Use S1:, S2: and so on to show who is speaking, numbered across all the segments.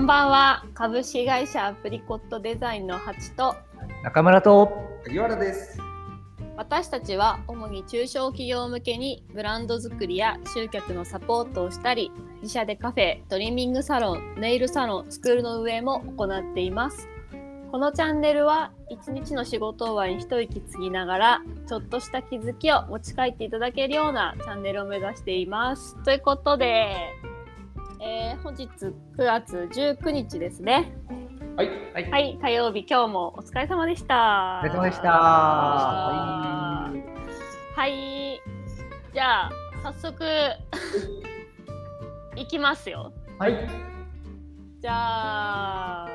S1: んばんは株式会社アプリコットデザインのハチと
S2: 中村と
S3: 萩原です。
S1: 私たちは主に中小企業向けにブランド作りや集客のサポートをしたり自社でカフェトリミングサロンネイルサロンスクールの運営も行っていますこのチャンネルは一日の仕事終わりに一息つきながらちょっとした気づきを持ち帰っていただけるようなチャンネルを目指していますということで、えー本日9月19日ですね
S3: はい。
S2: はい
S1: はい、火曜日、今日もお疲れ様でした。
S2: お疲れ様でした
S1: は、
S2: はい
S1: じゃあ、早速。 いきますよ。
S2: はい
S1: じゃあ。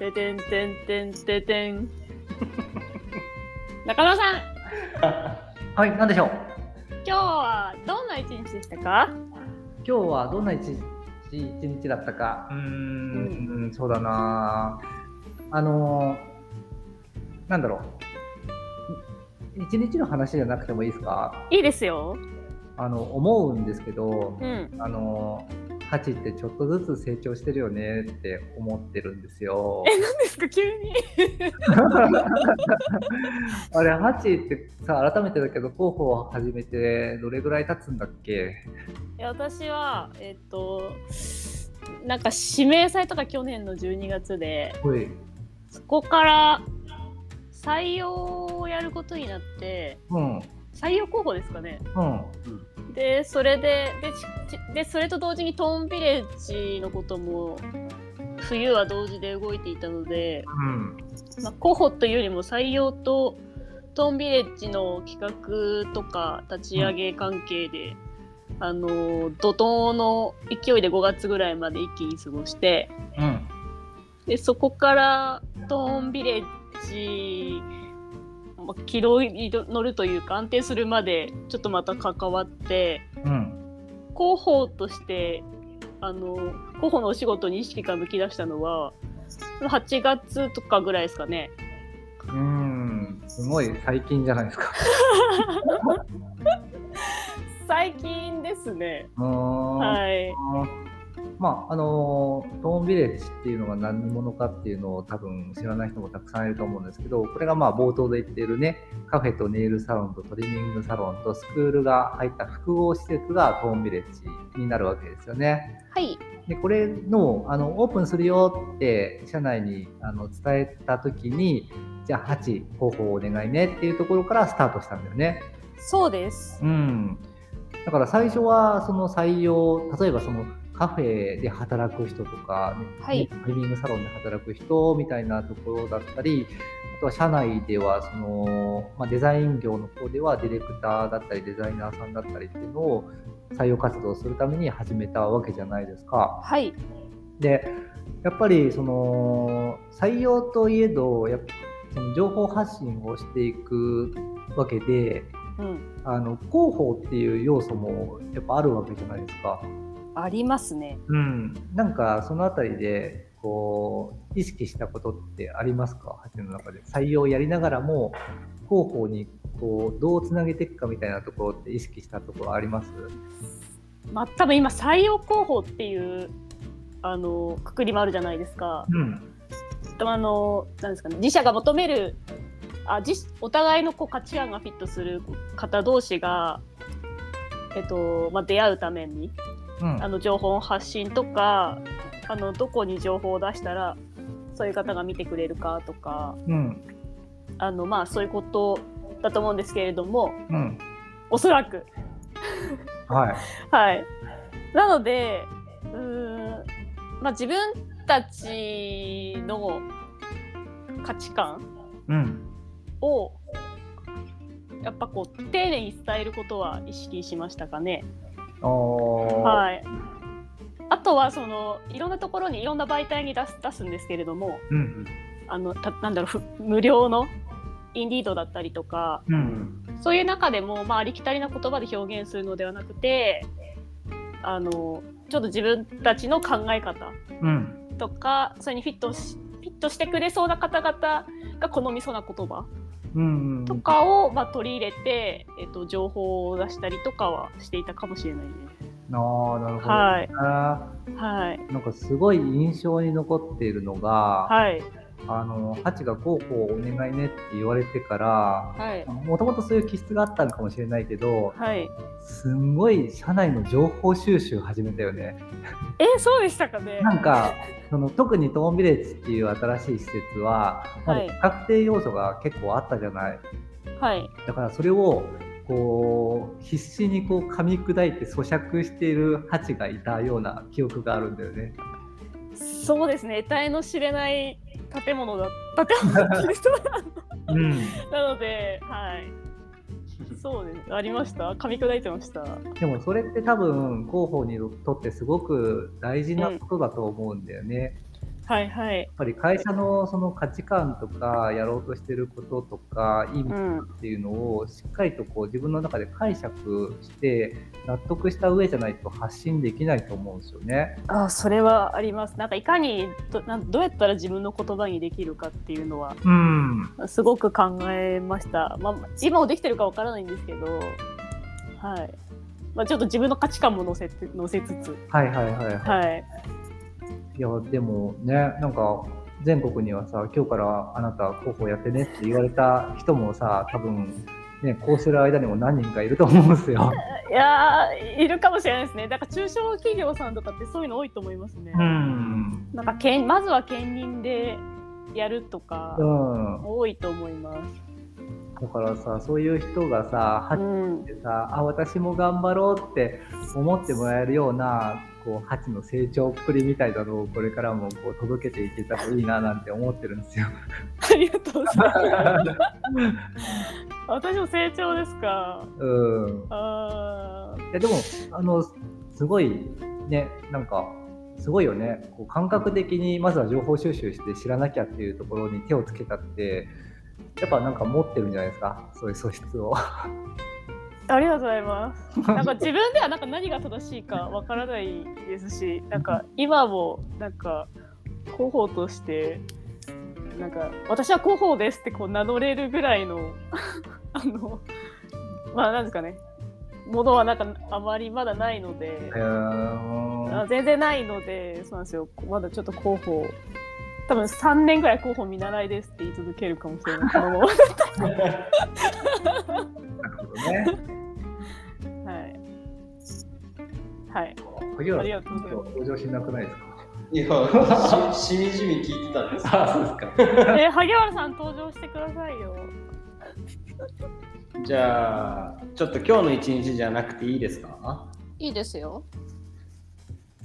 S1: ててんてんてんてて ん。中村さん、
S2: はい何でしょう
S1: 今日はどんな一日でしたか。
S2: 今日はどんな一日一日だったかうーんうんそうだなあのーなんだろうい一日の話じゃなくてもいいですか
S1: いいですよ。
S2: あの思うんですけど
S1: うん。
S2: あのーハチってちょっとずつ成長してるよねって思ってるんです よ。
S1: 何ですか、急に。
S2: あれ、ハチってさ、改めてだけど、広報を始めてどれぐらい経つんだっけ
S1: いや私はえっとなんか指名祭とか去年の12月で
S2: ほい。
S1: そこから採用をやることになって
S2: うん、うん、
S1: 採用候補ですかね
S2: うん、
S1: でそれででちちでそれと同時にトーンビレッジのことも冬は同時で動いていたので、まあ、候補というよりも採用とトーンビレッジの企画とか立ち上げ関係で、あの怒涛の勢いで5月ぐらいまで一気に過ごして
S2: うん、
S1: でそこからトーンビレッジ、まあ、軌道に乗るというか安定するまでちょっとまた関わって
S2: うん、
S1: 広報としてあの広報のお仕事に意識が向き出したのは8月とかぐらいですかね。
S2: うん、すごい最近じゃないですか。
S1: 最近ですね。
S2: うーん、
S1: はい。
S2: まあ、あのートーンビレッジっていうのが何のものかっていうのを多分知らない人もたくさんいると思うんですけど、これがまあ冒頭で言っているね、カフェとネイルサロンとトリミングサロンとスクールが入った複合施設がトーンビレッジになるわけですよね。
S1: はい。
S2: でこれのあのオープンするよって社内にあの伝えた時にじゃあ8方法お願いねっていうところからスタートしたんだよね。
S1: そうです。
S2: うん、だから最初はその採用例えばそのカフェで働く人とか、
S1: はい
S2: トリミングサロンで働く人みたいなところだったりあとは社内ではその、まあ、デザイン業の方ではディレクターだったりデザイナーさんだったりっていうのを採用活動するために始めたわけじゃないですか。
S1: はい。
S2: でやっぱりその採用といえどやっぱその情報発信をしていくわけで
S1: うん。
S2: あの広報っていう要素もやっぱあるわけじゃないですか。
S1: ありますね。
S2: うん、なんかそのあたりでこう意識したことってありますか8の中で採用やりながらも広報にこうどうつなげていくかみたいなところって意識したところあります
S1: まあ、多分今採用候補っていう。あのくくりもあるじゃないですか。
S2: うん
S1: あのなんですかね。自社が求める。あ、自お互いのこう価値観がフィットする方同士が。えっと、まあ、出会うために。
S2: うん
S1: あの情報の発信とか。あのどこに情報を出したら。そういう方が見てくれるかとか。
S2: うん
S1: あのまあそういうことだと思うんですけれども
S2: うん
S1: おそらく
S2: はい
S1: はいなのでうーんまあ自分たちの価値観
S2: うん
S1: をやっぱこう丁寧に伝えることは意識しましたかね。
S2: おー
S1: はい、あとはそのいろんなところにいろんな媒体に出す出すんですけれども
S2: うん
S1: あのたなんだろうふ無料のインディードだったりとか
S2: うんう
S3: うんん。
S1: そういう中でも、まあ、ありきたりな言葉で表現するのではなくてあのちょっと自分たちの考え方
S2: うん
S1: とかそれにフィットしフィットしてくれそうな方々が好みそうな言葉
S2: うんうん
S1: とかを、まあ、取り入れて、えっと、情報を出したりとかはしていたかもしれないね。
S2: ああ、なるほど、
S1: はい
S2: あ
S1: はい
S2: ーなんかすごい印象に残っているのが、
S1: はい
S2: あの、ハチがこうこうお願いねって言われてから、
S4: はい
S2: もともとそういう気質があったのかもしれないけど、
S1: はい
S2: すんごい社内の情報収集始めたよね。
S1: えそうでしたかね
S2: なんかその特にトーンビレッジっていう新しい施設は、
S1: はい
S2: まあ確定要素が結構あったじゃない。
S1: はい
S2: だからそれをこう必死にこう噛み砕いて咀嚼しているハチがいたような記憶があるんだよね。
S1: そうですね得体の知れない建物だ建物っていう人
S2: うん、
S1: なので、はい。そうです。ありました。噛み砕いてました。
S2: でもそれって多分広報にとってすごく大事なことだと思うんだよね。
S1: はいはい。
S2: やっぱり会社のその価値観とかやろうとしてることとか意味
S1: うん。
S2: っていうのをしっかりとこう自分の中で解釈して納得した上じゃないと発信できないと思うんですよね。
S1: あ、それはあります。なんかいかにどなんどうやったら自分の言葉にできるかっていうのは
S2: うん、
S1: すごく考えました。まあ今もできてるかわからないんですけど、はい。まあちょっと自分の価値観も載せて載せつつ、
S2: はいはいはいはい。
S1: はい。
S2: い、やでもねなんか全国にはさ今日からあなた広報やってねって言われた人もさ多分ねこうする間にも何人かいると思うんですよ。
S1: いやーいるかもしれないですね。だから中小企業さんとかってそういうの多いと思いますね。
S2: ん。
S1: なんかけんまずは兼任でやるとか
S2: うん、
S1: 多いと思います。
S2: だからさそういう人がさハ
S1: うん
S2: でさあ私も頑張ろうって思ってもらえるようなこうハチの成長っぷりみたいなのをこれからもこう届けていけたらいいななんて思ってるんですよ。
S1: ありがとうございます。私も成長ですか。
S2: うん、い
S1: あー
S2: やでもあのすごいねなんかすごいよねこう感覚的にまずは情報収集して知らなきゃっていうところに手をつけたってやっぱなんか持ってるんじゃないですかそういう素 質を。
S1: ありがとうございます。なんか自分ではなんか何が正しいかわからないですし、なんか今もなんか広報としてなんか私は広報ですってこう名乗れるぐらいの あのまあなんですかね。ものはなんかあまりまだないので、
S2: うー
S1: あ
S2: ん
S1: 全然ないのでそうなんですよまだちょっと候補多分3年ぐらい候補見習いですって言い続けるかもしれないこのままは
S2: なるほどね。
S1: いはい
S2: 萩原
S1: ありが
S2: さ
S1: と
S2: ん
S1: うございま
S2: 今日登場しなくないですか
S3: いや、ししみじみ聞いてたんですけ
S2: あそうですか。
S1: えー萩原さん登場してくださいよ
S3: ど。じゃあ、ちょっと今日の一日じゃなくていいですか
S4: いいですよ。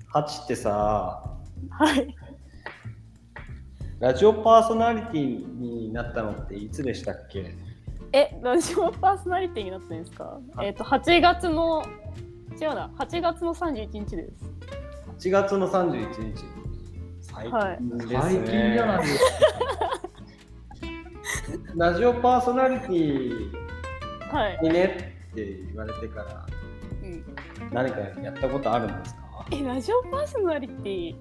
S3: ハチってさ、
S1: はい
S3: ラジオパーソナリティになったのっていつでしたっけ
S1: えラジオパーソナリティになってるんですか
S3: はい
S1: えっ、と8月の違うな8月の31日です
S3: ?8 月の31日。最近ですね。
S2: 最近じゃないですか。
S3: ラジオパーソナリティ
S1: はい
S3: にねって言われてから、
S4: うん。
S3: 何かやったことあるんですか
S1: えラジオパーソナリティ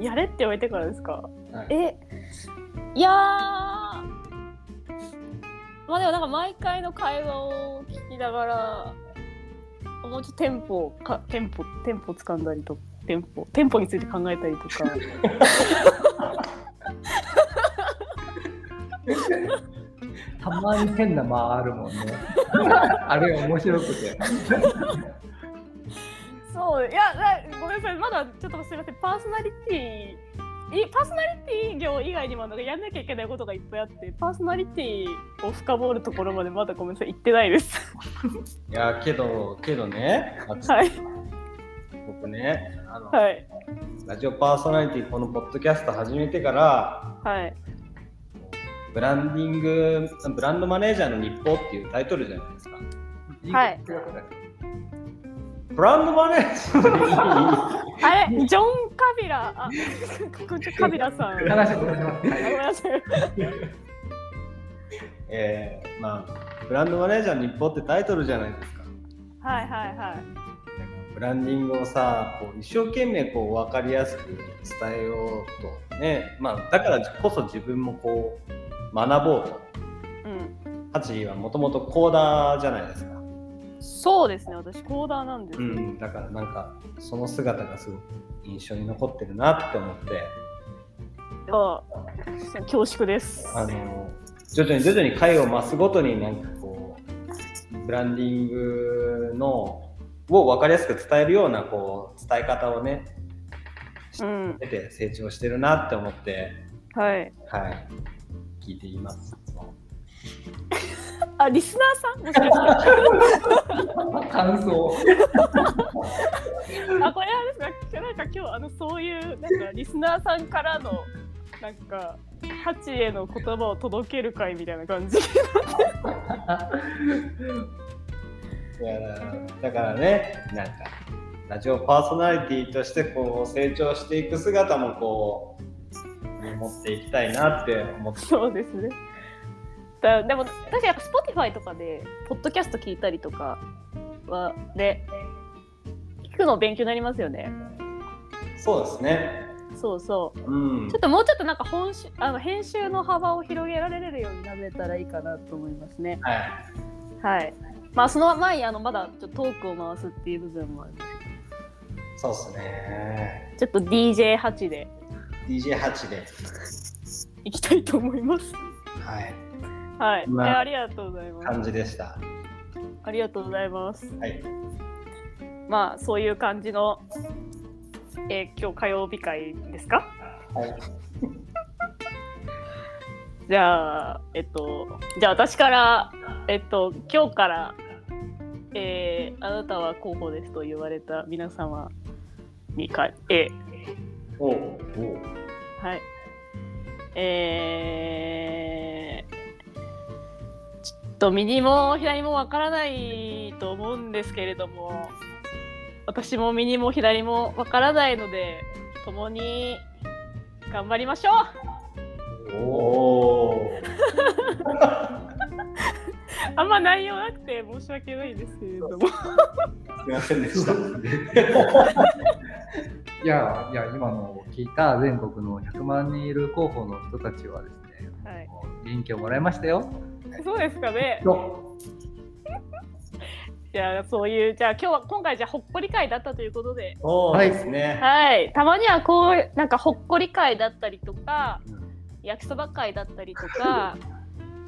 S1: やれって言われてからですか
S3: はい
S1: えいやーまあでもなんか毎回の会話を聞きながらもうちょっとテンポをかテンポテンポ掴んだりとテンポテンポについて考えたりとか
S2: たまに変な間あるも んね。あれ面白くて。
S1: そういやなごめんなさいまだちょっとすみませんパーソナリティいパーソナリティ業以外にもなんかやんなきゃいけないことがいっぱいあってパーソナリティを深掘るところまでまだごめんなさい行ってないです
S3: いや、けど、けどね、ハチ
S1: はい
S3: 僕ね、あの、
S1: はい
S3: ラジオパーソナリティこのポッドキャスト始めてから
S1: はい
S3: ブランディングブランドマネージャーの日報っていうタイトルじゃないですか
S1: はい
S3: ブランドマネージャー
S1: あれ、ジョン・カビラ、あ、カビラさ ん。
S2: 話戻します。
S1: ごめんなさい。
S3: えーまあブランドマネージャーの日報ってタイトルじゃないですか
S1: はいはいはい。
S3: ブランディングをさこう一生懸命こう分かりやすく伝えようとねまあだからこそ自分もこう学ぼうと
S1: うん、
S3: ハチはもともとコーダーじゃないですか
S1: そうですね、私、コーダーなんです
S3: う
S1: よ。
S3: ん、だからなんかその姿がすごく印象に残ってるなって思って
S1: ああ恐縮です。
S3: あの徐々に徐々に回を増すごとになんかこうブランディングのを分かりやすく伝えるようなこう伝え方をね
S1: うん、
S3: 出て成長してるなって思って
S1: はい。
S3: はい聞いています。
S1: あ、リスナーさんもしかして
S2: 感想。
S1: あこれあれですかなんか今日あのそういうなんかリスナーさんからのなんかハチへの言葉を届ける会みたいな感じ
S3: いやだからねなんかラジオパーソナリティとしてこう成長していく姿もこう見守っていきたいなって思って
S1: そうですねだでも確かにやっぱ Spotify とかでポッドキャスト聞いたりとかはで聞くの勉強になりますよね
S3: そうですね
S1: そうそう
S3: うん
S1: ちょっともうちょっとなんか本集あの編集の幅を広げられるようになれたらいいかなと思いますね
S3: は
S1: は
S3: い
S1: いまあその前にあのまだちょっとトークを回すっていう部分もあるんです
S3: そうですね
S1: けどちょっと DJ8 で
S3: DJ8 で
S1: いきたいと思います。
S3: はい
S1: はい、
S3: まあ
S1: えありがとうございます。
S3: 感じでした
S1: ありがとうございます。
S3: はい
S1: まあそういう感じの、えー今日火曜日会ですか？
S3: はい
S1: じゃあえっとじゃあ私からえっと今日から、えーあなたは候補ですと言われた皆様にかえー
S3: おう
S1: はいえーちょっと右も左もわからないと思うんですけれども私も右も左もわからないので共に頑張りましょう
S3: おお
S1: あんま内容なくて申し訳ないですけれども
S3: すいませんでした
S2: いやいや今の聞いた全国の100万人いる候補の人たちはです
S1: は
S2: ね、
S1: い
S2: もう元気をもらいましたよ。
S1: そうですかね
S2: と
S1: じゃあそういうじゃあ今日は今回じゃあほっこり会だったということで
S3: そうですね、
S1: はい、たまにはこうなんかほっこり会だったりとか
S3: うん
S1: 焼きそば会だったりとか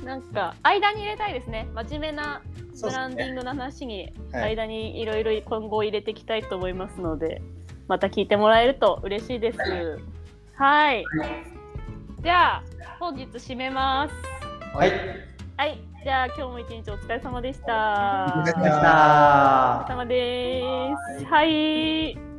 S1: なんか間に入れたいですね真面目な
S3: そう
S1: ブ
S3: で
S1: ラ
S3: す
S1: ンディン
S3: ね
S1: グの話に
S3: はい
S1: 間にいろいろ今後入れていきたいと思いますのでまた聞いてもらえると嬉しいです。はいじゃあ本日締めます。
S3: はい
S1: はい、じゃあ今日も一日お疲れ様でした。お
S2: お疲れ
S3: で
S2: 様
S3: した
S1: 疲れ様です。はい